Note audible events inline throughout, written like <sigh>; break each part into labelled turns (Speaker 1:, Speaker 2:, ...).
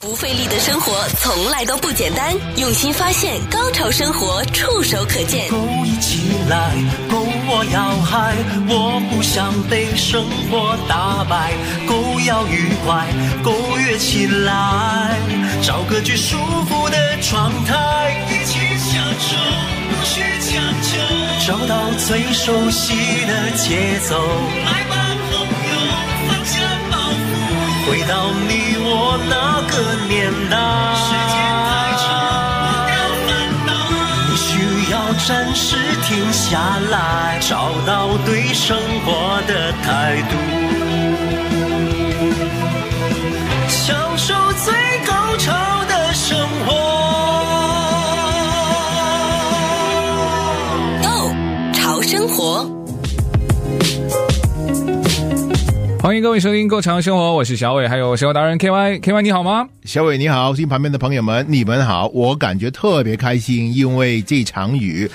Speaker 1: 不费力的生活从来都不简单，用心发现，高潮生活触手可见
Speaker 2: g 一起来 g 我要嗨，我不想被生活打败 g 要愉快 g 跃起来，找个最舒服的状态，一起享受，不需强求，找到最熟悉的节奏，来吧，朋友，放下包袱，回到你我那个年代。时间太长，不要烦恼。你需要暂时停下来，找到对生活的态度，享受最高潮的生活。
Speaker 1: ，Go 潮生活。
Speaker 3: 欢迎各位收听《够长生活》，我是小伟，还有生活达人 K Y。K Y 你好吗？
Speaker 4: 小伟你好，听旁边的朋友们，你们好，我感觉特别开心，因为这
Speaker 3: <laughs>
Speaker 4: 场雨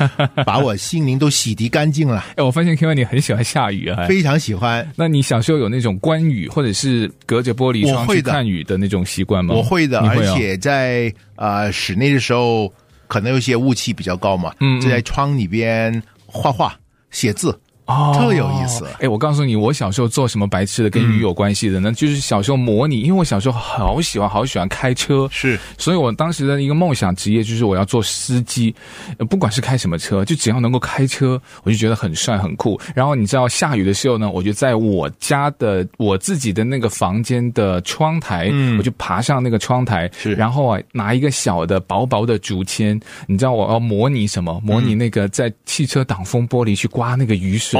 Speaker 4: 把我心灵都洗涤干净了，
Speaker 3: 哎，我发现 K Y 你很喜欢下雨啊。哎
Speaker 4: 非常喜欢。
Speaker 3: 那你小时候有那种观雨，或者是隔着玻璃窗
Speaker 4: 我会
Speaker 3: 去
Speaker 4: 的
Speaker 3: 看雨的那种习惯吗？
Speaker 4: 我会的，
Speaker 3: 你
Speaker 4: 而
Speaker 3: 啊
Speaker 4: 且在呃室内的时候，可能有些雾气比较高嘛，
Speaker 3: 嗯嗯
Speaker 4: 就在窗里边画画、写字，
Speaker 3: 哦
Speaker 4: 特有意思
Speaker 3: 哎，我告诉你，我小时候做什么白痴的，跟雨有关系的呢？就是小时候模拟，因为我小时候好喜欢好喜欢开车，
Speaker 4: 是
Speaker 3: 所以我当时的一个梦想职业就是我要做司机，呃不管是开什么车，就只要能够开车，我就觉得很帅很酷。然后你知道下雨的时候呢，我就在我家的我自己的那个房间的窗台，
Speaker 4: 嗯
Speaker 3: 我就爬上那个窗台，
Speaker 4: 是
Speaker 3: 然后啊拿一个小的薄薄的竹签，你知道我要模拟什么？模拟那个在汽车挡风玻璃去刮那个雨水。
Speaker 4: 嗯哦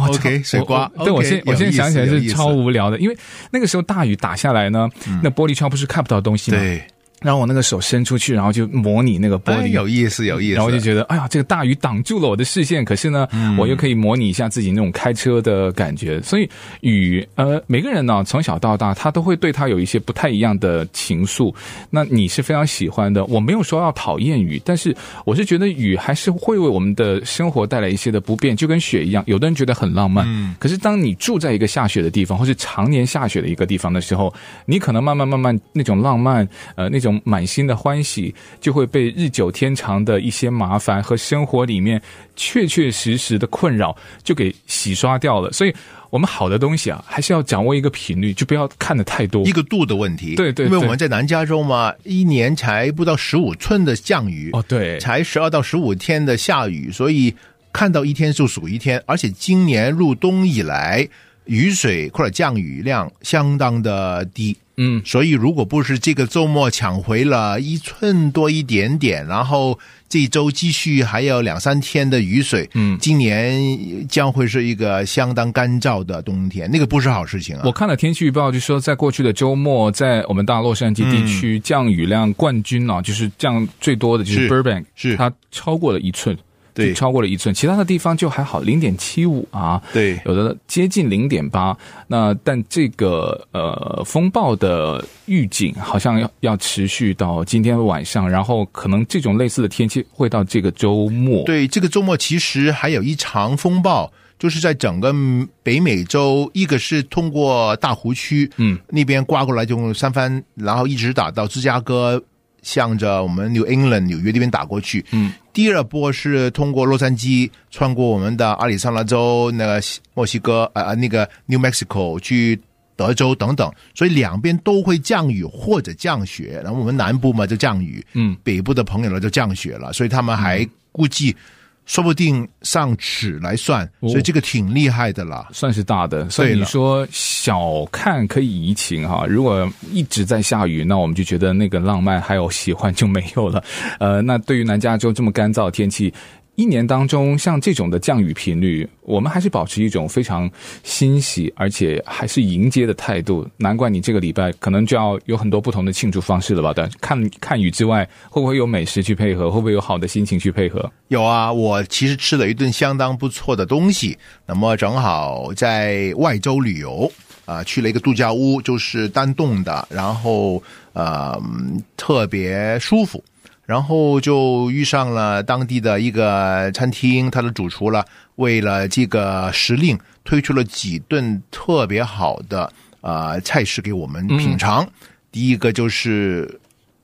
Speaker 3: 哇
Speaker 4: ，OK，
Speaker 3: 超
Speaker 4: 水瓜
Speaker 3: 我我对，我
Speaker 4: OK，
Speaker 3: 现我
Speaker 4: 有
Speaker 3: 现在
Speaker 4: 意思
Speaker 3: 想起来
Speaker 4: 有
Speaker 3: 是
Speaker 4: 意思嗯
Speaker 3: 超无聊的，因为那个时候大雨打下来呢，那玻璃窗不是看不到东西嘛，
Speaker 4: 对，
Speaker 3: 然后我那个手伸出去，然后就模拟那个玻
Speaker 4: 哎
Speaker 3: 璃，
Speaker 4: 有意思，有意思。
Speaker 3: 然后就觉得，哎呀，这个大雨挡住了我的视线，可是呢，
Speaker 4: 嗯
Speaker 3: 我又可以模拟一下自己那种开车的感觉。所以雨，呃，每个人呢、从小到大，他都会对他有一些不太一样的情愫。那你是非常喜欢的，我没有说要讨厌雨，但是我是觉得雨还是会为我们的生活带来一些的不便，就跟雪一样，有的人觉得很浪漫，
Speaker 4: 嗯
Speaker 3: 可是当你住在一个下雪的地方，或是常年下雪的一个地方的时候，你可能慢慢慢慢那种浪漫，呃，那种满心的欢喜，就会被日久天长的一些麻烦和生活里面确确实实的困扰就给洗刷掉了。所以，我们好的东西啊，还是要掌握一个频率，就不要看的太多
Speaker 4: 一。个度的问题。
Speaker 3: 对对
Speaker 4: 因为我
Speaker 3: 对
Speaker 4: 们在南加州嘛，一年才不到十五寸的降雨，
Speaker 3: 哦，对，
Speaker 4: 才十二到十五天的下雨，所以看到一天就数一天。而且今年入冬以来，雨水或者降雨量相当的低。
Speaker 3: 嗯，
Speaker 4: 所以，如果不是这个周末抢回了一寸多一点点，然后这一周继续还有两三天的雨水，
Speaker 3: 嗯
Speaker 4: 今年将会是一个相当干燥的冬天，那个不是好事情啊。
Speaker 3: 我看了天气预报，就说在过去的周末，在我们大洛杉矶地区，降雨量冠军啊，就是降最多的就是是 Burbank，
Speaker 4: 嗯是
Speaker 3: 它超过了一寸，
Speaker 4: 对
Speaker 3: 就超过了一寸，其他的地方就还好，零点七五啊，
Speaker 4: 对
Speaker 3: 有的接近零点八。那但这个呃风暴的预警好像要要持续到今天晚上，然后可能这种类似的天气会到这个周末。
Speaker 4: 对，这个周末其实还有一场风暴，就是在整个嗯北美洲，一个是通过大湖区，
Speaker 3: 嗯，
Speaker 4: 那边刮过来就用三番，然后一直打到芝加哥，向着我们 New England 纽约那边打过去，
Speaker 3: 嗯。
Speaker 4: 第二波是通过洛杉矶，穿过我们的阿里桑那州、那个西墨西哥、呃呃那个 New Mexico 去德州等等，所以两边都会降雨或者降雪。然后我们南部嘛就降雨，
Speaker 3: 嗯，
Speaker 4: 北部的朋友呢就降雪了，所以他们还估计，说不定上尺来算，
Speaker 3: 哦
Speaker 4: 所以这个挺厉害的啦。
Speaker 3: 算是大的，所以
Speaker 4: 对
Speaker 3: 你
Speaker 4: 了
Speaker 3: 说小看可以怡情哈，如果一直在下雨，那我们就觉得那个浪漫还有喜欢就没有了。 <laughs> 呃，那对于南加州这么干燥的天气，一年当中像这种的降雨频率，我们还是保持一种非常欣喜，而且还是迎接的态度。难怪你这个礼拜可能就要有很多不同的庆祝方式了吧？但看看雨之外，会不会有美食去配合？会不会有好的心情去配合？
Speaker 4: 有啊，我其实吃了一顿相当不错的东西。那么正好在外州旅游啊、去了一个度假屋，就是单栋的，然后呃嗯特别舒服。然后就遇上了当地的一个餐厅，它的主厨了，为了这个时令推出了几顿特别好的呃菜式给我们品尝。第一个就是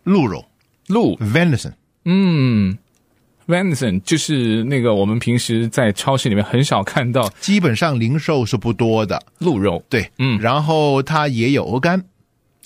Speaker 4: 鹿肉
Speaker 3: 鹿，
Speaker 4: （venison），
Speaker 3: 嗯，venison 就是那个我们平时在超市里面很少看到
Speaker 4: 基本上零售是不多的。
Speaker 3: 鹿肉，
Speaker 4: 对，
Speaker 3: 嗯
Speaker 4: 然后它也有鹅肝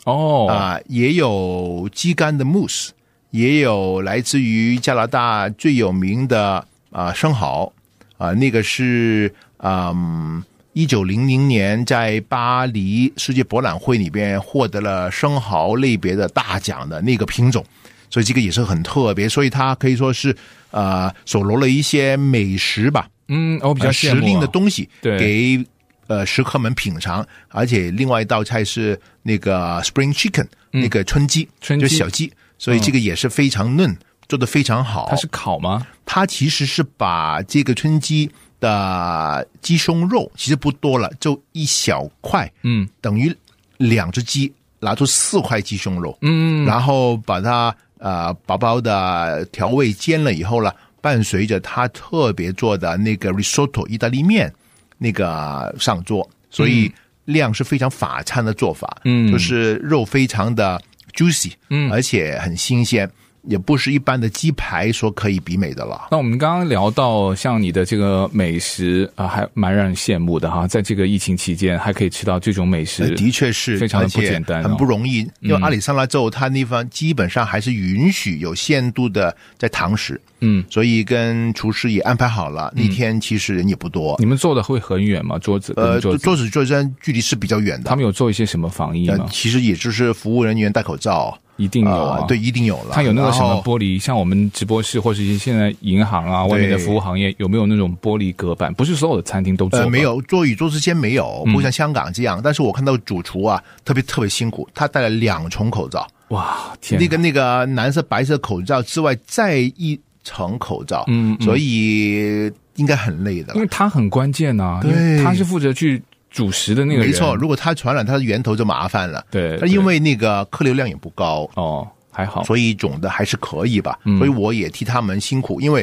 Speaker 3: 哦，
Speaker 4: 啊、也有鸡肝的 mousse，也有来自于加拿大最有名的啊、生蚝啊、那个是嗯一九零零年在巴黎世界博览会里边获得了生蚝类别的大奖的那个品种。所以这个也是很特别，所以它可以说是呃手揉了一些美食吧，
Speaker 3: 嗯，我比较
Speaker 4: 呃
Speaker 3: 羡
Speaker 4: 时
Speaker 3: 慕啊
Speaker 4: 令的东西
Speaker 3: 对
Speaker 4: 给呃食客们品尝，而且另外一道菜是那个呃 spring chicken，、那个春鸡，
Speaker 3: 嗯春鸡哦
Speaker 4: 就是小鸡，所以这个也是非常嫩，做的非常好。
Speaker 3: 它是烤吗？
Speaker 4: 它其实是把这个春鸡的鸡胸肉其实不多了，就一小块，
Speaker 3: 嗯，
Speaker 4: 等于两只鸡拿出四块鸡胸肉，
Speaker 3: 嗯，
Speaker 4: 然后把它呃薄薄的调味煎了以后呢，伴随着它特别做的那个 risotto 意大利面那个上桌，所以量是非常法餐的做法，
Speaker 3: 嗯
Speaker 4: 就是肉非常的 juicy，
Speaker 3: 嗯
Speaker 4: 而且很新鲜。也不是一般的鸡排所可以比美的了。
Speaker 3: 那我们刚刚聊到像你的这个美食啊、还蛮让人羡慕的哈，在这个疫情期间还可以吃到这种美
Speaker 4: 呃
Speaker 3: 食，
Speaker 4: 的确是
Speaker 3: 非常的
Speaker 4: 而
Speaker 3: 不
Speaker 4: 且
Speaker 3: 简单哦
Speaker 4: 很不容易。因为阿里山那州它地方基本上还是允许有限度的在堂食，
Speaker 3: 嗯，
Speaker 4: 所以跟厨师也安排好了。那天其实人也不多，
Speaker 3: 你们坐的会很远吗？桌子
Speaker 4: 呃，
Speaker 3: 跟桌
Speaker 4: 桌
Speaker 3: 子，
Speaker 4: 桌子桌山距离是比较远的。
Speaker 3: 他们有做一些什么防疫
Speaker 4: 呃
Speaker 3: 吗？
Speaker 4: 其实也就是服务人员戴口罩，
Speaker 3: 一定有啊，
Speaker 4: 呃对，。一定有了。
Speaker 3: 它有那个什
Speaker 4: 然
Speaker 3: 么
Speaker 4: 后
Speaker 3: 玻璃，像我们直播室或是现在银行啊，外面的服务行业有没有那种玻璃隔板？不是所有的餐厅都做吧、嗯
Speaker 4: 呃，没有桌与桌之间没有，不像香港这样。但是我看到主厨啊，特别特别辛苦，他戴了两重口罩，
Speaker 3: 哇，天哪，
Speaker 4: 那个那个蓝色白色口罩之外再一层口罩，
Speaker 3: 嗯嗯
Speaker 4: 所以应该很累的
Speaker 3: 因
Speaker 4: 了。
Speaker 3: 为它很关键呐、
Speaker 4: 对
Speaker 3: 因为他是负责去主食的那个人，
Speaker 4: 没错，如果它传染它的源头就麻烦了。
Speaker 3: 对
Speaker 4: 但因为那个客流量也不高，
Speaker 3: 哦，嗯还好，
Speaker 4: 所以总的还是可以吧。所以我也替他们辛苦，因为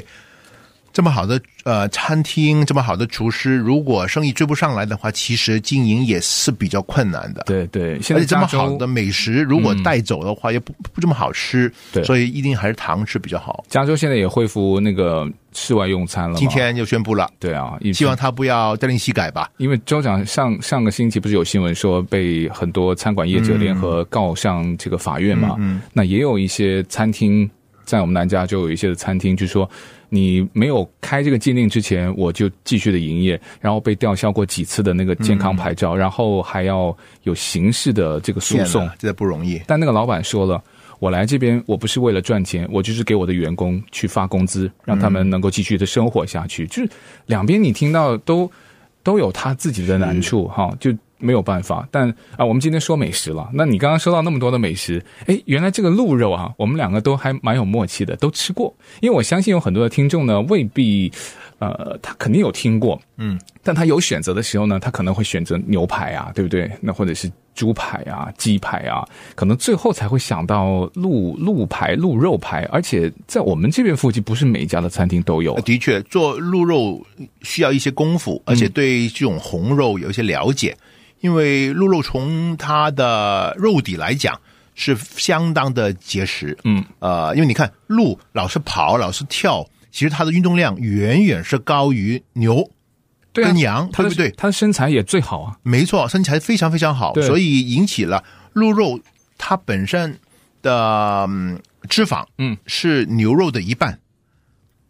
Speaker 4: 这么好的呃餐厅，这么好的厨师，如果生意追不上来的话，其实经营也是比较困难的。
Speaker 3: 对对，现
Speaker 4: 而
Speaker 3: 在
Speaker 4: 且这么
Speaker 3: 加州
Speaker 4: 好的美食，如果带走的话，也不不这么好吃，
Speaker 3: 嗯对
Speaker 4: 所以一定还是堂吃比较好。
Speaker 3: 加州现在也恢复那个室外用餐了嘛
Speaker 4: 今天又宣布了，
Speaker 3: 对啊，一
Speaker 4: 希望他不要再令膝改吧。
Speaker 3: 因为州长上上个星期不是有新闻说被很多餐馆业者联合告上这个法院嘛？
Speaker 4: 嗯
Speaker 3: 那也有一些餐厅在我们南加州有一些的餐厅，就说你没有开这个禁令之前，我就继续的营业，然后被吊销过几次的那个健康牌照，然后还要有刑事的这个诉
Speaker 4: 嗯天
Speaker 3: 讼
Speaker 4: 哪。真的不容易。
Speaker 3: 但那个老板说了，我来这边我不是为了赚钱，我就是给我的员工去发工资，让他
Speaker 4: 嗯
Speaker 3: 们能够继续的生活下去。就是两边你听到都都有他自己的
Speaker 4: 嗯
Speaker 3: 难处哈，就没有办法。但啊，我们今天说美食了，那你刚刚说到那么多的美食，哎，原来这个鹿肉啊，我们两个都还蛮有默契的，都吃过。因为我相信有很多的听众呢，未必呃，他肯定有听过，
Speaker 4: 嗯
Speaker 3: 但他有选择的时候呢，他可能会选择牛排啊，对不对？那或者是猪排啊、鸡排啊，可能最后才会想到鹿鹿排、鹿肉排，而且在我们这边附近，不是每一家的餐厅都有
Speaker 4: 呃。的确，做鹿肉需要一些功夫，而且
Speaker 3: 嗯
Speaker 4: 对这种红肉有一些了解，因为鹿肉从它的肉底来讲是相当的结实。
Speaker 3: 嗯，
Speaker 4: 呃，因为你看鹿老是跑，老是跳，其实它的运动量远远是高于牛。
Speaker 3: 对啊，
Speaker 4: 跟羊
Speaker 3: 他的
Speaker 4: 对不对
Speaker 3: 他的身材也最好啊。
Speaker 4: 没错，身材非常非常好，
Speaker 3: 对
Speaker 4: 所以引起了鹿肉它本身的、嗯脂肪，
Speaker 3: 嗯，
Speaker 4: 是牛肉的一半，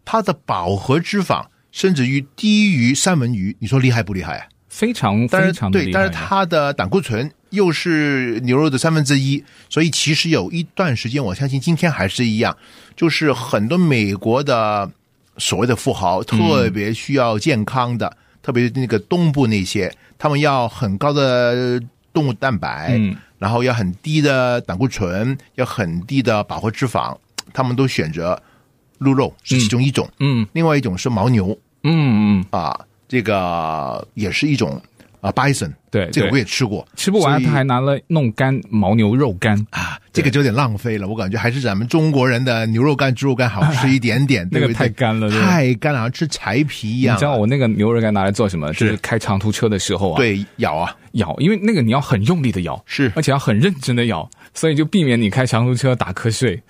Speaker 4: 它的饱和脂肪甚至于低于三文鱼，你说厉害不厉害啊？
Speaker 3: 非常
Speaker 4: 但
Speaker 3: 非
Speaker 4: 是
Speaker 3: 常的
Speaker 4: 对，
Speaker 3: 厉
Speaker 4: 但
Speaker 3: 害
Speaker 4: 是，它的胆固醇又是牛肉的三分之一，所以其实有一段时间，我相信今天还是一样，就是很多美国的所谓的富豪特别需要健康的，特别是那个东部那些，他们要很高的动物蛋白，
Speaker 3: 嗯
Speaker 4: 然后要很低的胆固醇，要很低的饱和脂肪，他们都选择鹿肉是其中一种，
Speaker 3: 嗯
Speaker 4: 另外一种是牦牛
Speaker 3: 嗯嗯，
Speaker 4: 啊，这个也是一种啊 bison。
Speaker 3: 对
Speaker 4: 这个
Speaker 3: 对
Speaker 4: 我也吃过，
Speaker 3: 吃不完
Speaker 4: 所以
Speaker 3: 他还拿了弄干牦牛肉干，
Speaker 4: 啊，
Speaker 3: 对
Speaker 4: 这个就有点浪费了。我感觉还是咱们中国人的牛肉干、猪肉干好吃一点点，
Speaker 3: 哎
Speaker 4: 对
Speaker 3: 那个
Speaker 4: 不对？
Speaker 3: 太干了，对。
Speaker 4: 太干了，好像吃柴皮一
Speaker 3: 你
Speaker 4: 样啊
Speaker 3: 知。道我那个牛肉干拿来做什么？就是开长途车的时候啊，，
Speaker 4: 对，咬啊，
Speaker 3: 咬，因为那个你要很用力的咬，
Speaker 4: 是
Speaker 3: 而且要很认真的咬，所以就避免你开长途车打瞌睡。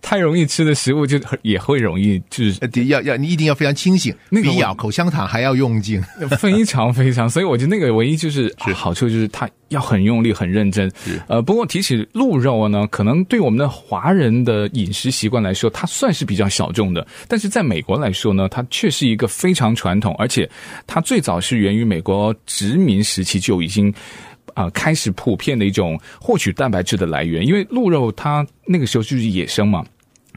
Speaker 3: 太容易吃的食物就很也会容易就是
Speaker 4: 呃得要要，你一定要非常清醒，
Speaker 3: 那个
Speaker 4: 比
Speaker 3: 我
Speaker 4: 咬口香糖还要用劲。
Speaker 3: <laughs> 非常非常，所以我觉得那个唯一就是
Speaker 4: 是
Speaker 3: 好处就是它要很用力、很认真。呃，不过提起鹿肉呢，可能对我们的华人的饮食习惯来说，它算是比较小众的。但是在美国来说呢，它却是一个非常传统，而且它最早是源于美国殖民时期就已经。啊、开始普遍的一种获取蛋白质的来源，因为鹿肉它那个时候就是野生嘛，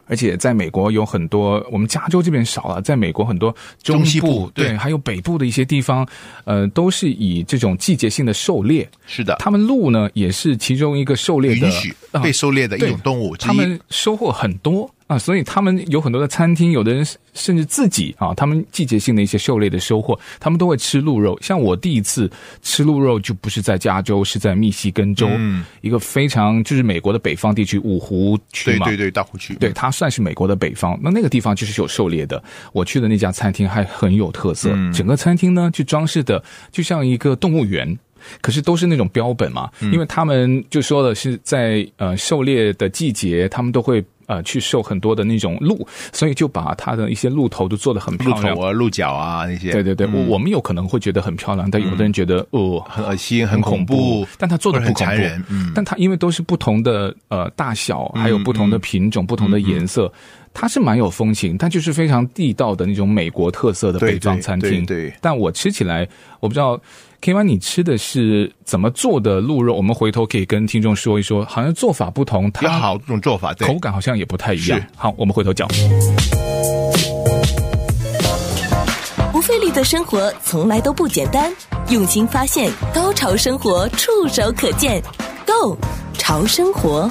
Speaker 3: 而且在美国有很多，我们加州这边少了，在美国很多中
Speaker 4: 中西部对
Speaker 3: 对，还有北部的一些地方，呃，都是以这种季节性的狩猎。
Speaker 4: 是的，
Speaker 3: 他们鹿呢，也是其中一个狩猎的
Speaker 4: 啊允许
Speaker 3: 啊
Speaker 4: 被狩猎的一
Speaker 3: 对
Speaker 4: 种动物之
Speaker 3: 他
Speaker 4: 一
Speaker 3: 们。收获很多啊，所以他们有很多的餐厅，有的人甚至自己啊，他们季节性的一些狩猎的收获，他们都会吃鹿肉。像我第一次吃鹿肉就不是在加州，是在密西根州，
Speaker 4: 嗯
Speaker 3: 一个非常就是美国的北方地区五湖区
Speaker 4: 对
Speaker 3: 嘛，
Speaker 4: 对对，大湖区。
Speaker 3: 对，它算是美国的北方。那那个地方就是有狩猎的。我去的那家餐厅还很有特色，
Speaker 4: 嗯
Speaker 3: 整个餐厅呢就装饰的就像一个动物园。可是都是那种标本嘛，
Speaker 4: 嗯
Speaker 3: 因为他们就说了是在呃狩猎的季节，他们都会呃去狩很多的那种鹿，所以就把它的一些鹿头都做得很
Speaker 4: 鹿
Speaker 3: 漂亮
Speaker 4: 头。啊、鹿角啊那些。
Speaker 3: 对对对，我我们有可能会觉得很漂亮，但有的人觉得哦，
Speaker 4: 很恶心，
Speaker 3: 很恐
Speaker 4: 恐
Speaker 3: 怖，但他做的
Speaker 4: 或者
Speaker 3: 不
Speaker 4: 很
Speaker 3: 恐
Speaker 4: 残
Speaker 3: 怖
Speaker 4: 忍。嗯，
Speaker 3: 但它因为都是不同的呃大小，还有不同
Speaker 4: 嗯
Speaker 3: 的品种、不同的颜色，它是蛮有风情，它就是非常地道的那种美国特色的
Speaker 4: 对
Speaker 3: 北方餐厅。
Speaker 4: 对对对
Speaker 3: 但我吃起来，我不知道 K Y 你吃的是怎么做的鹿肉，我们回头可以跟听众说一说，好像做法不同，
Speaker 4: 有
Speaker 3: 它
Speaker 4: 好多种做法，对
Speaker 3: 口感好像也不太一样
Speaker 4: 是。
Speaker 3: 好，我们回头讲。
Speaker 1: 不费力的生活从来都不简单，用心发现，高潮生活触手可见 g o 潮生活，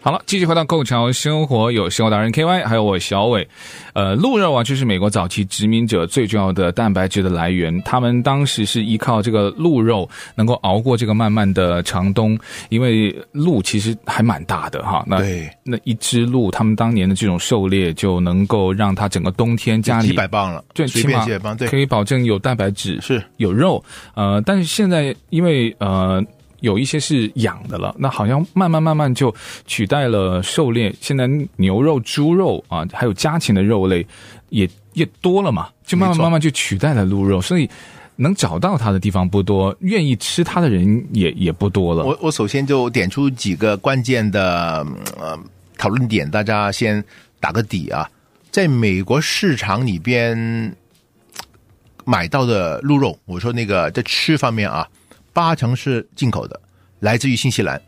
Speaker 3: 好了，继续回到《购潮生活》，有生活达人 K Y，还有我小伟。呃，鹿肉啊，就是美国早期殖民者最重要的蛋白质的来源。他们当时是依靠这个鹿肉，能够熬过这个漫漫的长冬。因为鹿其实还蛮大的哈，那
Speaker 4: 对
Speaker 3: 那一只鹿，他们当年的这种狩猎，就能够让它整个冬天家里
Speaker 4: 几百磅了，
Speaker 3: 对，
Speaker 4: 随
Speaker 3: 起
Speaker 4: 便
Speaker 3: 码
Speaker 4: 几百磅，
Speaker 3: 可
Speaker 4: 对，
Speaker 3: 以保证有蛋白质，
Speaker 4: 是
Speaker 3: 有肉。呃，但是现在因为呃有一些是养的了，那好像慢慢慢慢就取代了狩猎。现在牛肉、猪肉啊，还有家禽的肉类也也多了嘛，就慢
Speaker 4: 没
Speaker 3: 慢
Speaker 4: 错
Speaker 3: 慢慢就取代了鹿肉，所以能找到它的地方不多，愿意吃它的人也也不多了。
Speaker 4: 我我首先就点出几个关键的嗯呃讨论点，大家先打个底啊。在美国市场里边嗯买到的鹿肉，我说那个在吃方面啊，八成是进口的，来自于新西兰。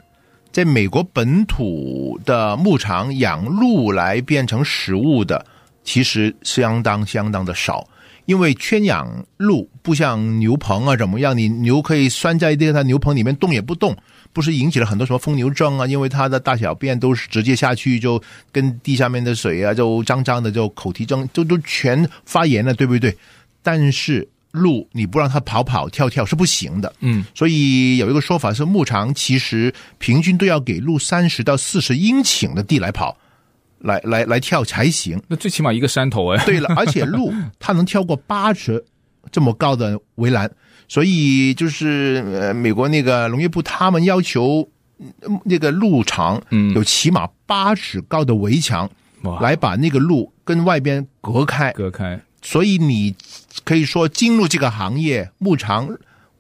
Speaker 4: 在美国本土的牧场养鹿来变成食物的，其实相当相当的少，因为圈养鹿不像牛棚啊怎么样，你牛可以拴在这个它牛棚里面动也不动，不是引起了很多什么疯牛症啊？因为它的大小便都是直接下去，就跟地下面的水啊就脏脏的，就口蹄症就都全发炎了，对不对？但是鹿你不让它跑跑跳跳是不行的，
Speaker 3: 嗯，
Speaker 4: 所以有一个说法是，牧场其实平均都要给鹿三十到四十英顷的地来跑，来来来跳才行。
Speaker 3: 那最起码一个山头哎，
Speaker 4: 对了，而且
Speaker 3: <laughs>
Speaker 4: 鹿它能跳过八尺这么高的围栏，所以就是呃，美国那个农业部他们要求嗯那个鹿场
Speaker 3: 嗯
Speaker 4: 有起码八尺高的围墙，
Speaker 3: 哇
Speaker 4: 来把那个鹿跟外边隔开。
Speaker 3: 隔开，
Speaker 4: 所以你可以说进入这个行业，牧场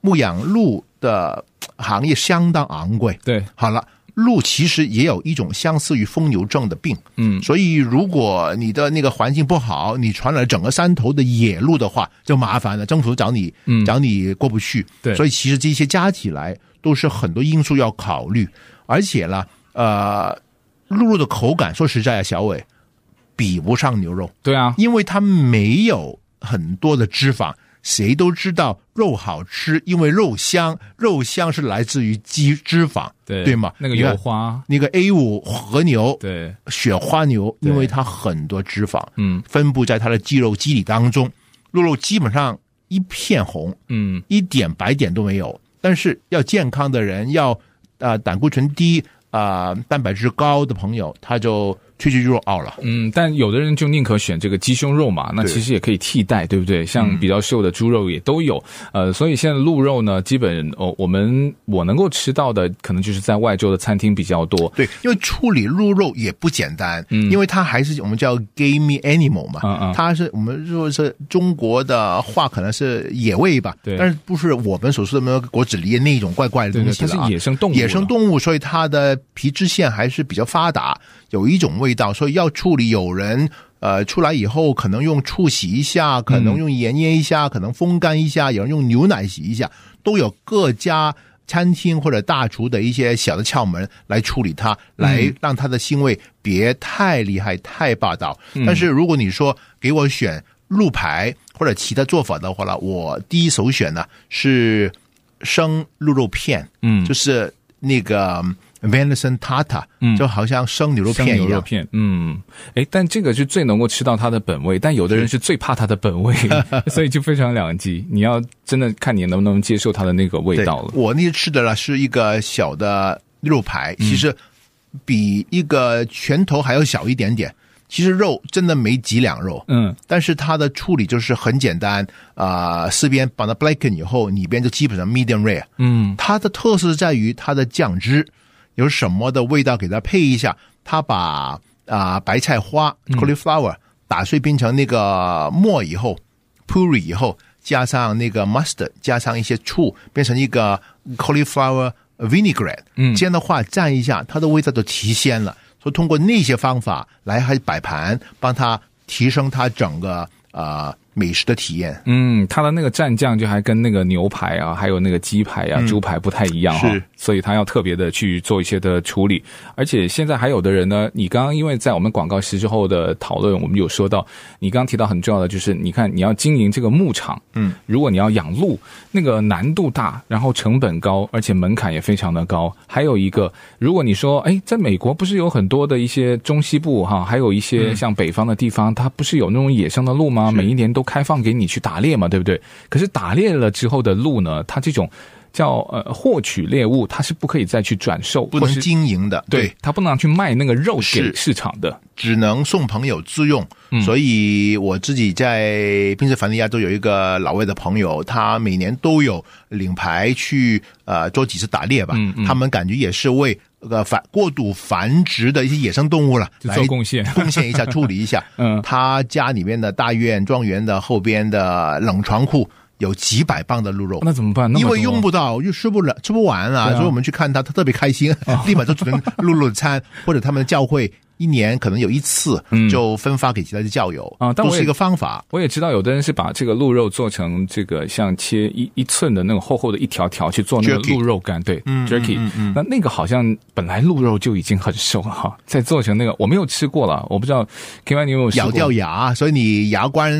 Speaker 4: 牧养鹿的呃行业相当昂贵。
Speaker 3: 对，
Speaker 4: 好了，鹿其实也有一种相似于疯牛症的病，
Speaker 3: 嗯，
Speaker 4: 所以如果你的那个环境不好，你传染整个山头的野鹿的话，就麻烦了，政府找你
Speaker 3: 嗯
Speaker 4: 找你过不去。
Speaker 3: 对
Speaker 4: 所以其实这些加起来都是很多因素要考虑，而且呢，呃，鹿肉的口感，说实在啊，小伟比不上牛肉。
Speaker 3: 对啊，
Speaker 4: 因为它没有很多的脂肪。谁都知道肉好吃，因为肉香，肉香是来自于鸡脂肪，
Speaker 3: 对
Speaker 4: 对吗？
Speaker 3: 那个
Speaker 4: 你看
Speaker 3: 油，花，
Speaker 4: 那个 A 五和牛，
Speaker 3: 对，
Speaker 4: 雪花牛，
Speaker 3: 对
Speaker 4: 因为它很多脂肪，
Speaker 3: 嗯
Speaker 4: 分布在它的肌肉肌理当中，鹿肉基本上一片红，
Speaker 3: 嗯，
Speaker 4: 一点白点都没有，但是要健康的人，要啊、呃胆固醇低啊、蛋白质高的朋友，他就去去肉熬了。
Speaker 3: 嗯，但有的人就宁可选这个鸡胸肉嘛，那
Speaker 4: 对嗯
Speaker 3: 其实也可以替代，对不对？像比较瘦的猪肉也都有，呃，所以现在鹿肉呢，基本哦，我们我能够吃到的，可能就是在外州的餐厅比较多。
Speaker 4: 对，因为处理鹿肉也不简单，嗯，因为它还是我们叫 game animal 嘛，
Speaker 3: 嗯嗯
Speaker 4: 它是我们说是中国的话可能是野味吧，
Speaker 3: 对
Speaker 4: 但是不是我们所说的那个果子狸那种怪怪的
Speaker 3: 对
Speaker 4: 东
Speaker 3: 对，
Speaker 4: 西
Speaker 3: 它
Speaker 4: 了、啊、
Speaker 3: 是野生动物了，
Speaker 4: 野生动物，所以它的皮脂腺还是比较发达，有一种味道，所以要处理有人。呃，出来以后可能用醋洗一下，可能用盐腌一下，
Speaker 3: 嗯
Speaker 4: 可能风干一下，有人用牛奶洗一下，都有各家餐厅或者大厨的一些小的窍门来处理
Speaker 3: 嗯
Speaker 4: 它，来让它的腥味别太厉害、太霸道。
Speaker 3: 嗯
Speaker 4: 但是如果你说给我选鹿排或者其他做法的话呢，我第一首选呢是生鹿肉片，
Speaker 3: 嗯
Speaker 4: 就是那个嗯 venison tata，
Speaker 3: 嗯
Speaker 4: 就好像生牛肉
Speaker 3: 像
Speaker 4: 片
Speaker 3: 牛
Speaker 4: 一
Speaker 3: 肉
Speaker 4: 样。
Speaker 3: 片，嗯，哎，但这个是最能够吃到它的本味，但有的人是最怕它的本
Speaker 4: <laughs>
Speaker 3: 味，所以就非常两极。你要真的看你能不能接受它的那个味
Speaker 4: 对
Speaker 3: 道了，。
Speaker 4: 我那次吃的呢是一个小的肉排，
Speaker 3: 嗯
Speaker 4: 其实比一个拳头还要小一点点。其实肉真的没几两肉，
Speaker 3: 嗯，
Speaker 4: 但是它的处理就是很简单，啊、四边把它 blacken 以后，里边就基本上 medium rare。
Speaker 3: 嗯，
Speaker 4: 它的特色在于它的酱汁有什么的味道给它配一下，它把啊、白菜花 cauliflower 打碎变成那个末以后 puri 以后，加上那个 mustard，加上一些醋，变成一个 cauliflower vinaigrette。
Speaker 3: 嗯
Speaker 4: 这样的话蘸一下，它的味道就提鲜了。所以通过那些方法来还摆盘，帮它提升它整个啊、呃美食的体验。
Speaker 3: 嗯，它的那个蘸酱就还跟那个牛排啊，还有那个鸡排啊、猪排不太一样哈、
Speaker 4: 是
Speaker 3: 所以它要特别的去做一些的处理。而且现在还有的人呢，你刚刚因为在我们广告时之后的讨论，我们有说到，你刚刚提到很重要的就是，你看你要经营这个牧场，嗯，如果你要养鹿，那个难度大，然后成本高，而且门槛也非常的高。还有一个，如果你说，哎，在美国不是有很多的一些中西部哈，还有一
Speaker 4: 嗯
Speaker 3: 些像北方的地方，它不是有那种野生的鹿吗？每一年都开放给你去打猎嘛，对不对？可是打猎了之后的鹿呢，它这种叫呃获取猎物，它是不可以再去转售，
Speaker 4: 不
Speaker 3: 或
Speaker 4: 能
Speaker 3: 是
Speaker 4: 经营的，
Speaker 3: 对，它不能拿去卖那个肉给
Speaker 4: 是
Speaker 3: 市场的。
Speaker 4: 只能送朋友自用，
Speaker 3: 嗯
Speaker 4: 所以我自己在宾夕凡尼亚州有一个老外的朋友，他每年都有领牌去呃做几次打猎吧，
Speaker 3: 嗯
Speaker 4: 他们感觉也是为呃繁过度繁殖的一些野生动物了
Speaker 3: 就
Speaker 4: 来
Speaker 3: 做贡献
Speaker 4: 贡献一下，处理一下。
Speaker 3: 嗯
Speaker 4: 他家里面的大院庄园的后边的冷藏库有几百磅的鹿肉，
Speaker 3: <laughs> 那怎么办？那么
Speaker 4: 因为
Speaker 3: 多
Speaker 4: 用不到，又吃不了，吃不完啊，
Speaker 3: 对啊哦
Speaker 4: 所以我们去看他，他特别开心， <laughs> 立马就准备录录餐， <laughs> 或者他们的教会一年可能有一次就分发给其他的教友
Speaker 3: 嗯啊但我
Speaker 4: 都
Speaker 3: 也
Speaker 4: 是一个方法。
Speaker 3: 我也知道有的人是把这个鹿肉做成这个像切一一寸的那种厚厚的一条条去做那个
Speaker 4: Jerky 嗯
Speaker 3: 鹿肉干，对，jerky，那那个好像本来鹿肉就已经很瘦了哈， <laughs> 再做成那个我没有吃过了，我不知道 K Y 你有没有吃
Speaker 4: 咬
Speaker 3: 过
Speaker 4: 掉牙，所以你牙关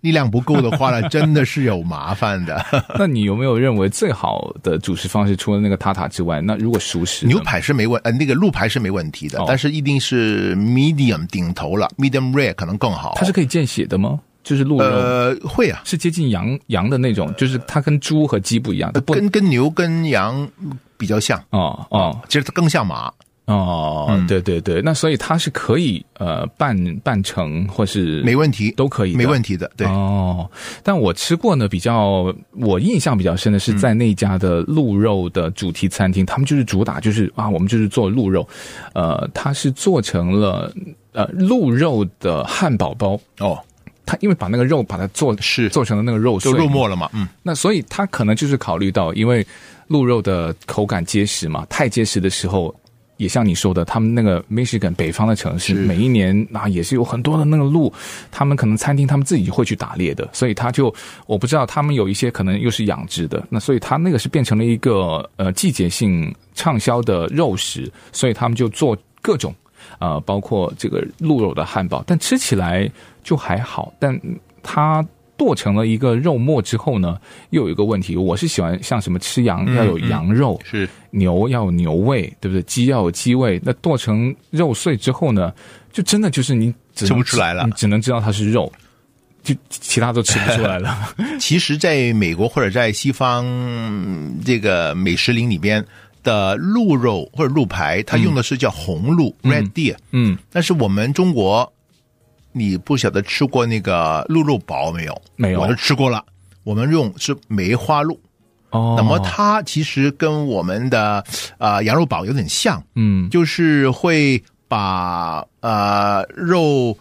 Speaker 4: 力量不够的
Speaker 3: <laughs>
Speaker 4: 话呢，真的是有麻烦的。
Speaker 3: 那你有没有认为最好的主食方式除了那个塔塔之外，那如果熟食呢
Speaker 4: 牛排是没问，呃，那个鹿排是没问题的
Speaker 3: 哦，
Speaker 4: 但是一定是 medium 顶头了，medium rare 可能更好。
Speaker 3: 它是可以见血的吗？就是鹿肉、
Speaker 4: 呃会啊，
Speaker 3: 是接近羊羊的那种，就是它跟猪和鸡不一样，它不
Speaker 4: 呃跟跟牛跟羊比较像，
Speaker 3: 哦哦
Speaker 4: 其实它更像马。
Speaker 3: 哦，
Speaker 4: 嗯
Speaker 3: 对对对，那所以它是可以呃半半成或是
Speaker 4: 没问题
Speaker 3: 都可以的，
Speaker 4: 没问题的，对。
Speaker 3: 哦，但我吃过呢，比较我印象比较深的
Speaker 4: 嗯
Speaker 3: 是在那家的鹿肉的主题餐厅，他们就是主打就是啊，我们就是做鹿肉，呃，它是做成了呃鹿肉的汉堡包，
Speaker 4: 哦，
Speaker 3: 它因为把那个肉把它做
Speaker 4: 是
Speaker 3: 做成了那个肉碎
Speaker 4: 就，肉末了嘛，嗯，
Speaker 3: 那所以它可能就是考虑到，因为鹿肉的口感结实嘛，太结实的时候。也像你说的，他们那个 Michigan 北方的城市，每一年啊也是有很多的那个鹿，他们可能餐厅他们自己会去打猎的，所以他就我不知道他们有一些可能又是养殖的，那所以他那个是变成了一个呃季节性畅销的肉食，所以他们就做各种呃，包括这个鹿肉的汉堡，但吃起来就还好，但它。剁成了一个肉末之后呢，又有一个问题，我是喜欢像什么吃羊要有羊肉，
Speaker 4: 是
Speaker 3: <laughs> 牛要有牛味，对不对？鸡要有鸡味。那剁成肉碎之后呢，就真的就是你只能
Speaker 4: 吃不出来了
Speaker 3: 你只能知道它是肉。就其他都吃不出来
Speaker 4: <laughs>
Speaker 3: 了。
Speaker 4: 其实，在美国或者在西方嗯这个美食林里边的鹿肉或者鹿排，它用的是叫红鹿、（red deer）。
Speaker 3: 嗯，
Speaker 4: 但是我们中国，你不晓得吃过那个鹿肉煲没有？
Speaker 3: 没有
Speaker 4: 我都吃过了。我们用是梅花鹿，
Speaker 3: 哦，
Speaker 4: 那么它其实跟我们的呃羊肉煲有点像，
Speaker 3: 嗯
Speaker 4: 就是会把呃肉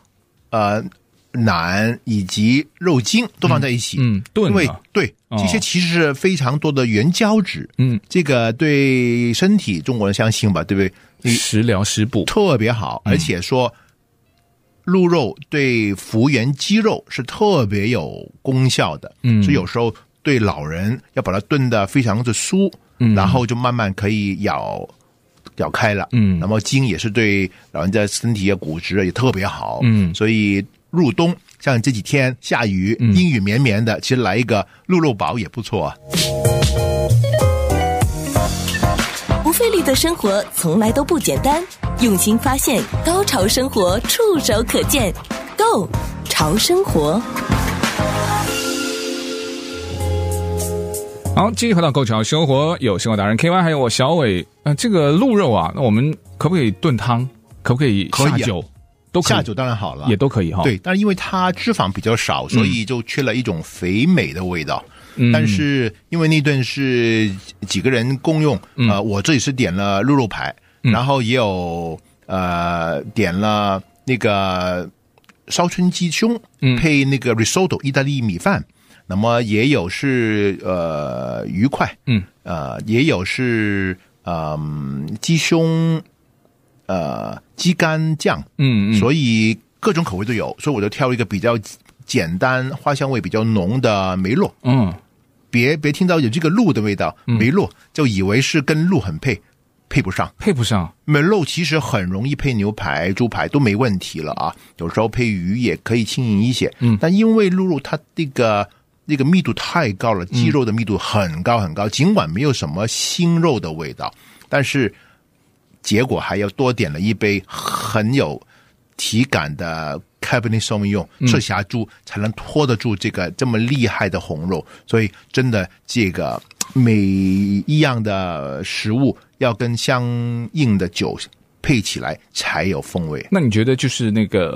Speaker 4: 呃腩以及肉筋都放在一起，
Speaker 3: 嗯
Speaker 4: 因
Speaker 3: 炖
Speaker 4: 为
Speaker 3: 了，
Speaker 4: 对
Speaker 3: 哦
Speaker 4: 这些其实是非常多的原胶质，
Speaker 3: 嗯，
Speaker 4: 这个对身体中国人相信吧，对不对？你
Speaker 3: 食疗食补，
Speaker 4: 特别好，
Speaker 3: 嗯
Speaker 4: 而且说鹿肉对复原肌肉是特别有功效的，
Speaker 3: 嗯
Speaker 4: 所以有时候对老人要把它炖的非常的酥，
Speaker 3: 嗯
Speaker 4: 然后就慢慢可以咬咬开了，
Speaker 3: 嗯
Speaker 4: 那么筋也是对老人家身体啊骨质也特别好，
Speaker 3: 嗯
Speaker 4: 所以入冬像这几天下雨，
Speaker 3: 嗯
Speaker 4: 阴雨绵绵的，其实来一个鹿肉煲也不错啊。
Speaker 1: 不费力的生活从来都不简单，用心发现，高潮生活触手可见 g o 潮生活。
Speaker 3: 好，继续回到购潮生活，有生活达人 K Y，还有我小伟。呃，这个鹿肉啊，那我们可不可以炖汤？可不可以
Speaker 4: 可以
Speaker 3: 下
Speaker 4: 啊
Speaker 3: 酒？都可以
Speaker 4: 下酒当然好了，
Speaker 3: 也都可以哈。
Speaker 4: 对，但是因为它脂肪比较少，所以就缺了一种肥美的味道。
Speaker 3: 嗯，
Speaker 4: 但是因为那顿是几个人共用，
Speaker 3: 嗯
Speaker 4: 呃，我这里是点了鹿肉排，然后也有呃点了那个烧春鸡胸，
Speaker 3: 嗯
Speaker 4: 配那个 risotto 意大利米饭，那么也有是呃鱼块，
Speaker 3: 嗯，
Speaker 4: 呃也有是嗯、鸡胸，呃鸡肝酱，
Speaker 3: 嗯嗯，
Speaker 4: 所以各种口味都有，所以我就挑一个比较简单、花香味比较浓的梅洛。
Speaker 3: 嗯
Speaker 4: 别别听到有这个鹿的味道，梅洛就以为是跟鹿很配，配不上。
Speaker 3: 配不上。
Speaker 4: 梅洛其实很容易配牛排、猪排都没问题了啊，有时候配鱼也可以轻盈一些。嗯，但因为鹿肉它这个那个密度太高了，肌肉的密度很高很高，尽管没有什么腥肉的味道，但是结果还要多点了一杯很有体感的 Cabernet Sauvignon 赤霞珠，才能拖得住这个这么厉害的红肉。所以真的，这个每一样的食物要跟相应的酒配起来才有风味。
Speaker 3: 那你觉得就是那个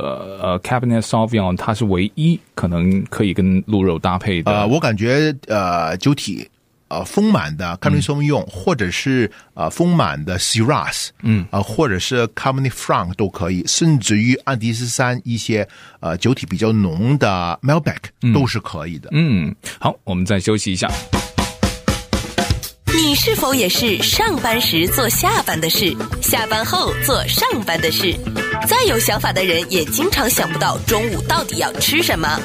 Speaker 3: 呃 Cabinet Sauvignon，它是唯一可能可以跟鹿肉搭配的？
Speaker 4: 呃，我感觉呃酒体呃丰满的 Cabernet Sauvignon，、或者是呃丰满的 Shiraz，嗯，呃或者是 Cabernet Franc 都可以，甚至于安第斯山一些呃酒体比较浓的 Malbec 都是可以的。
Speaker 3: 嗯，好，我们再休息一下。
Speaker 1: 你是否也是上班时做下班的事，下班后做上班的事？再有想法的人也经常想不到中午到底要吃什么。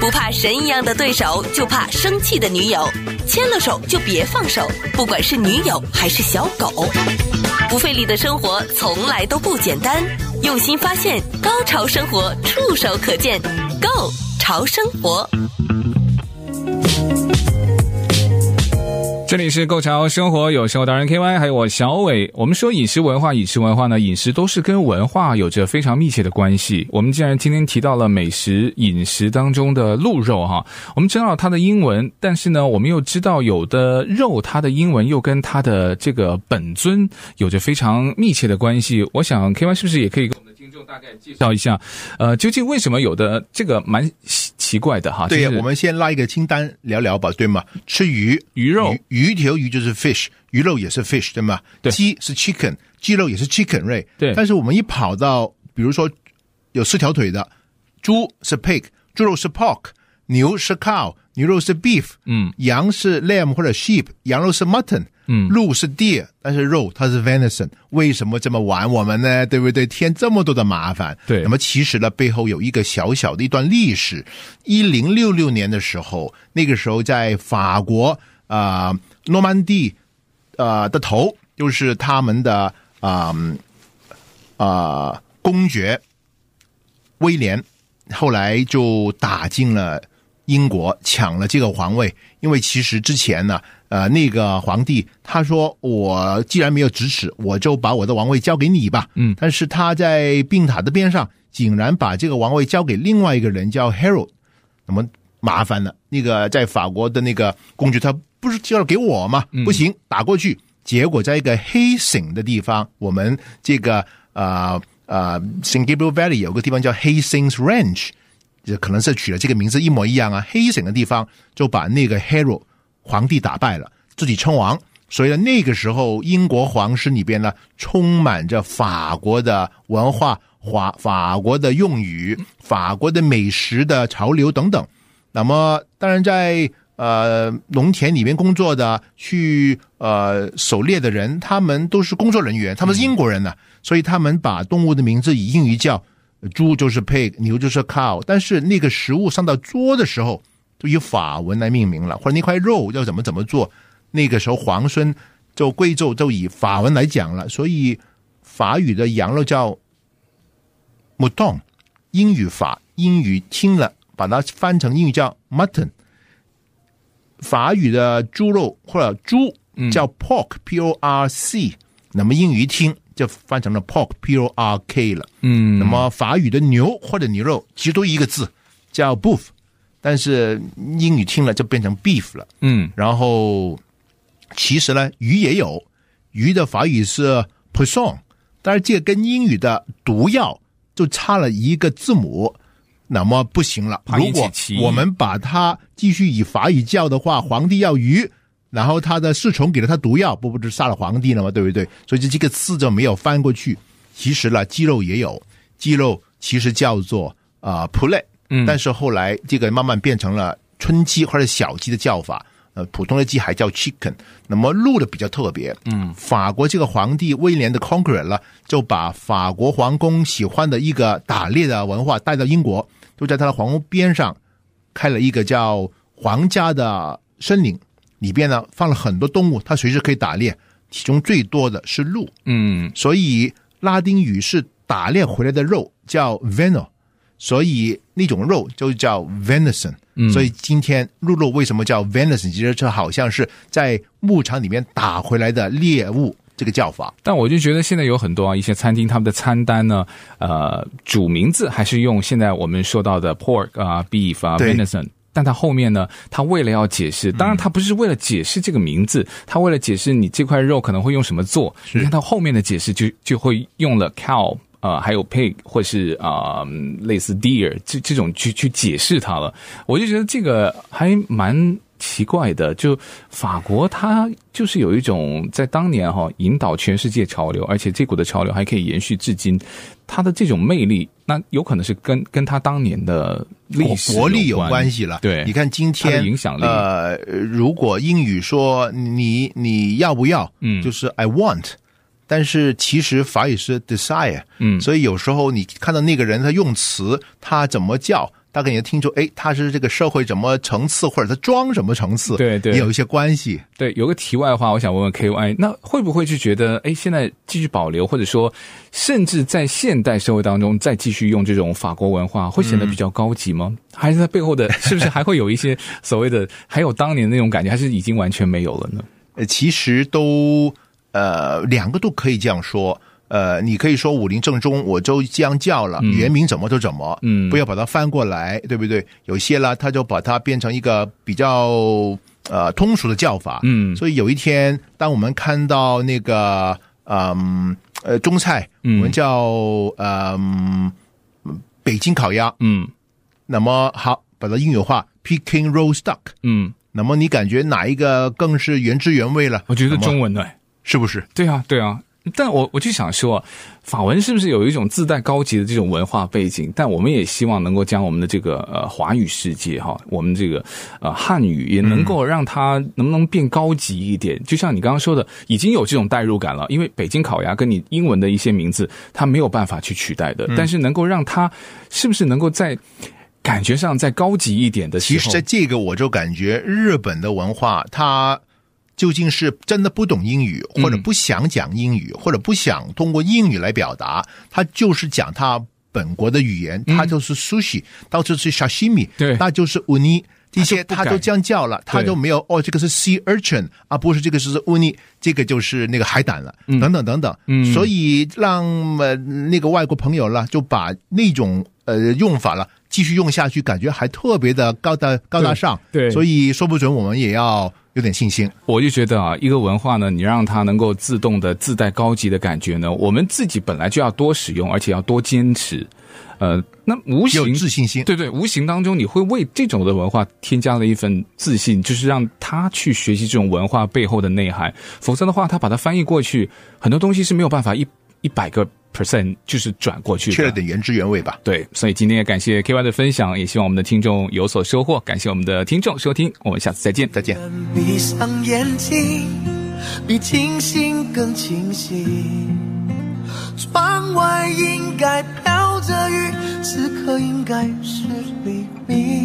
Speaker 1: 不怕神一样的对手，就怕生气的女友。牵了手就别放手，不管是女友还是小狗。不费力的生活从来都不简单，用心发现，高潮生活触手可见 g o 潮生活。
Speaker 3: 这里是购潮生活，有生活达人 K Y，还有我小伟。我们说饮食文化，饮食文化呢，饮食都是跟文化有着非常密切的关系。我们既然今天提到了美食饮食当中的鹿肉哈，我们知道它的英文，但是呢，我们又知道有的肉它的英文又跟它的这个本尊有着非常密切的关系。我想 K Y 是不是也可以给我们的听众大概介绍一下，呃，究竟为什么有的这个蛮奇奇怪的哈？
Speaker 4: 对
Speaker 3: 就是
Speaker 4: 我们先拉一个清单聊聊吧，对吗？吃鱼，
Speaker 3: 鱼肉
Speaker 4: 鱼鱼条鱼就是 fish，鱼肉也是 fish，对吗？
Speaker 3: 对
Speaker 4: 鸡是 chicken，鸡肉也是 chicken，right？
Speaker 3: 对
Speaker 4: 但是我们一跑到，比如说有四条腿的，猪是 pig，猪肉是 pork，牛是 cow，牛肉是 beef，
Speaker 3: 嗯，
Speaker 4: 羊是 lamb 或者 sheep，羊肉是 mutton，嗯，鹿是 deer，但是肉它是 venison，为什么这么玩我们呢？对不对？添这么多的麻烦，
Speaker 3: 对
Speaker 4: 那么其实呢，背后有一个小小的一段历史。一零六六年的时候，那个时候在法国啊、呃诺曼底呃的头，就是他们的啊啊、呃公爵威廉，后来就打进了英国，抢了这个皇位。因为其实之前呢，呃，那个皇帝他说：“我既然没有咫尺，我就把我的王位交给你吧。”嗯，但是他在病榻的边上，竟然把这个王位交给另外一个人，叫 Harold。那么麻烦了。那个在法国的那个公爵，他不是就要给我吗？不行，打过去。结果在一个黑省的地方，我们这个呃呃 s i n g a b r i e l Valley 有个地方叫 Hay Sings Ranch，这可能是取了这个名字一模一样啊。黑省的地方就把那个 Hero 皇帝打败了，自己称王。所以呢，那个时候英国皇室里边呢，充满着法国的文化、法法国的用语、法国的美食的潮流等等。那么，当然在呃农田里面工作的、去呃狩猎的人，他们都是工作人员，他们是英国人呢、所以他们把动物的名字以英语叫猪就是 pig，牛就是 cow，但是那个食物上到桌的时候，就以法文来命名了，或者那块肉要怎么怎么做。那个时候皇孙就贵胄就以法文来讲了，所以法语的羊肉叫 mutton，英语法英语听了把它翻成英语叫 mutton，法语的猪肉或者猪叫 pork p o r c，那么英语一听就翻成了 pork p o r k 了。嗯，那么法语的牛或者牛肉其实都一个字叫 beef，但是英语听了就变成 beef 了。
Speaker 3: 嗯
Speaker 4: 然后其实呢，鱼也有，鱼的法语是 poison，但是这个跟英语的毒药就差了一个字母，那么不行了。
Speaker 3: 怕
Speaker 4: 如
Speaker 3: 引起
Speaker 4: 果
Speaker 3: 歧义
Speaker 4: 我们把它继续以法语叫的话，皇帝要鱼。然后他的侍从给了他毒药，不不就杀了皇帝了吗？对不对？所以这这个字就没有翻过去。其实呢，鸡肉也有，鸡肉其实叫做啊 p u l e t
Speaker 3: 嗯
Speaker 4: 但是后来这个慢慢变成了春鸡或者小鸡的叫法，呃，普通的鸡还叫 chicken。那么鹿的比较特别，嗯，法国这个皇帝威廉的 conqueror 了，就把法国皇宫喜欢的一个打猎的文化带到英国，就在他的皇宫边上开了一个叫皇家的森林，里边呢放了很多动物，它随时可以打猎，其中最多的是鹿。
Speaker 3: 嗯
Speaker 4: 所以拉丁语是打猎回来的肉叫 veno，所以那种肉就叫 venison。所以今天鹿肉为什么叫 venison？其实这好像是在牧场里面打回来的猎物这个叫法。
Speaker 3: 但我就觉得现在有很多啊一些餐厅，他们的餐单呢，呃，主名字还是用现在我们说到的 pork 啊、beef 啊、
Speaker 4: 对
Speaker 3: venison。但它后面呢，它为了要解释，当然它不是为了解释这个名字，它为了解释你这块肉可能会用什么做。你看到后面的解释就就会用了 cow 呃，还有 pig 或是啊、呃类似 deer 这这种去去解释它了。我就觉得这个还蛮奇怪的，就法国它就是有一种在当年哈、引导全世界潮流，而且这股的潮流还可以延续至今，它的这种魅力，那有可能是跟跟它当年的历
Speaker 4: 国
Speaker 3: 史
Speaker 4: 国力有
Speaker 3: 关
Speaker 4: 系了。
Speaker 3: 对，
Speaker 4: 你看今
Speaker 3: 它的
Speaker 4: 天
Speaker 3: 影响力
Speaker 4: 呃，如果英语说你你要不要，
Speaker 3: 嗯
Speaker 4: 就是 I want，但是其实法语是 desire，
Speaker 3: 嗯
Speaker 4: 所以有时候你看到那个人他用词，他怎么叫。大概你就听出，哎，他是这个社会什么层次，或者他装什么层次，
Speaker 3: 对对
Speaker 4: 也有一些关系。
Speaker 3: 对，有个题外话，我想问问 K Y，那会不会就觉得，哎，现在继续保留，或者说，甚至在现代社会当中再继续用这种法国文化，会显得比较高级吗？ <laughs> 还是它背后的，是不是还会有一些所谓的，还有当年那种感觉，还是已经完全没有了呢？
Speaker 4: 呃，其实都呃两个都可以这样说。呃，你可以说武林正宗，我就这样叫了，
Speaker 3: 嗯
Speaker 4: 原名怎么就怎么，嗯，不要把它翻过来，对不对？有些啦，他就把它变成一个比较呃通俗的叫法，
Speaker 3: 嗯
Speaker 4: 所以有一天，当我们看到那个嗯呃中菜，我们叫嗯北京烤鸭，
Speaker 3: 嗯
Speaker 4: 那么好，把它英语化，Peking roast duck，
Speaker 3: 嗯，
Speaker 4: 那么你感觉哪一个更是原汁原味了？
Speaker 3: 我觉得
Speaker 4: 那么
Speaker 3: 中文呢、
Speaker 4: 是不是？
Speaker 3: 对啊，对啊。但我我就想说，法文是不是有一种自带高级的这种文化背景？但我们也希望能够将我们的这个呃华语世界哈，我们这个呃汉语也能够让它能不能变高级一点？就像你刚刚说的，已经有这种代入感了，因为北京烤鸭跟你英文的一些名字，它没有办法去取代的。但是能够让它是不是能够在感觉上再高级一点的时
Speaker 4: 其
Speaker 3: 候，
Speaker 4: 实，在这个我就感觉日本的文化，它究竟是真的不懂英语，
Speaker 3: 嗯
Speaker 4: 或者不想讲英语，或者不想通过英语来表达，他就是讲他本国的语言，他就是 sushi，到处是 sashimi，
Speaker 3: 嗯对
Speaker 4: 那就是 uni，这些
Speaker 3: 他就不
Speaker 4: 他
Speaker 3: 改
Speaker 4: 都这样叫了，他
Speaker 3: 对
Speaker 4: 就没有哦，这个是 sea urchin 啊，不是这个是 uni，这个就是那个海胆了，等等等等。
Speaker 3: 嗯
Speaker 4: 所以让呃那个外国朋友了，就把那种呃用法了继续用下去，感觉还特别的高大高大上。
Speaker 3: 对对
Speaker 4: 所以说不准我们也要有点信心。
Speaker 3: 我就觉得啊，一个文化呢，你让它能够自动的自带高级的感觉呢，我们自己本来就要多使用，而且要多坚持。呃，那无
Speaker 4: 有
Speaker 3: 形
Speaker 4: 自信心
Speaker 3: 对对，无形当中你会为这种的文化添加了一份自信，就是让他去学习这种文化背后的内涵。否则的话，他把它翻译过去，很多东西是没有办法一一百个 percent 就是转过去的。
Speaker 4: 缺了点原汁原味吧。
Speaker 3: 对，所以今天也感谢 K Y 的分享，也希望我们的听众有所收获。感谢我们的听众收听，我们下次再见。
Speaker 4: 再见。
Speaker 5: 闭上眼睛，比清醒更清醒。窗外应该飘着雨，此刻应该是黎明。